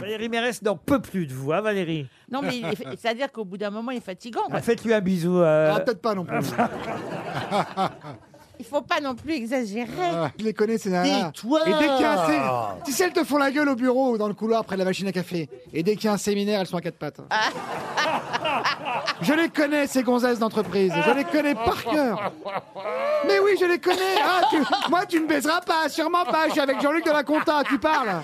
Valérie Mérès n'en peut plus de vous, hein, Valérie Non, mais il est- c'est-à-dire qu'au bout d'un moment, il est fatigant. quoi. Ah, Faites-lui un bisou. euh. Ah, peut-être pas non plus. Il faut pas non plus exagérer. Ah, je les connais, ces nanas. Tais-toi Et dès qu'il y a un sé- Tu sais, elles te font la gueule au bureau ou dans le couloir près de la machine à café. Et dès qu'il y a un séminaire, elles sont à quatre pattes. je les connais, ces gonzesses d'entreprise. Je les connais par cœur. Mais oui, je les connais. Ah, tu- Moi, tu ne baiseras pas, sûrement pas. Je suis avec Jean-Luc de la Conta. Tu parles.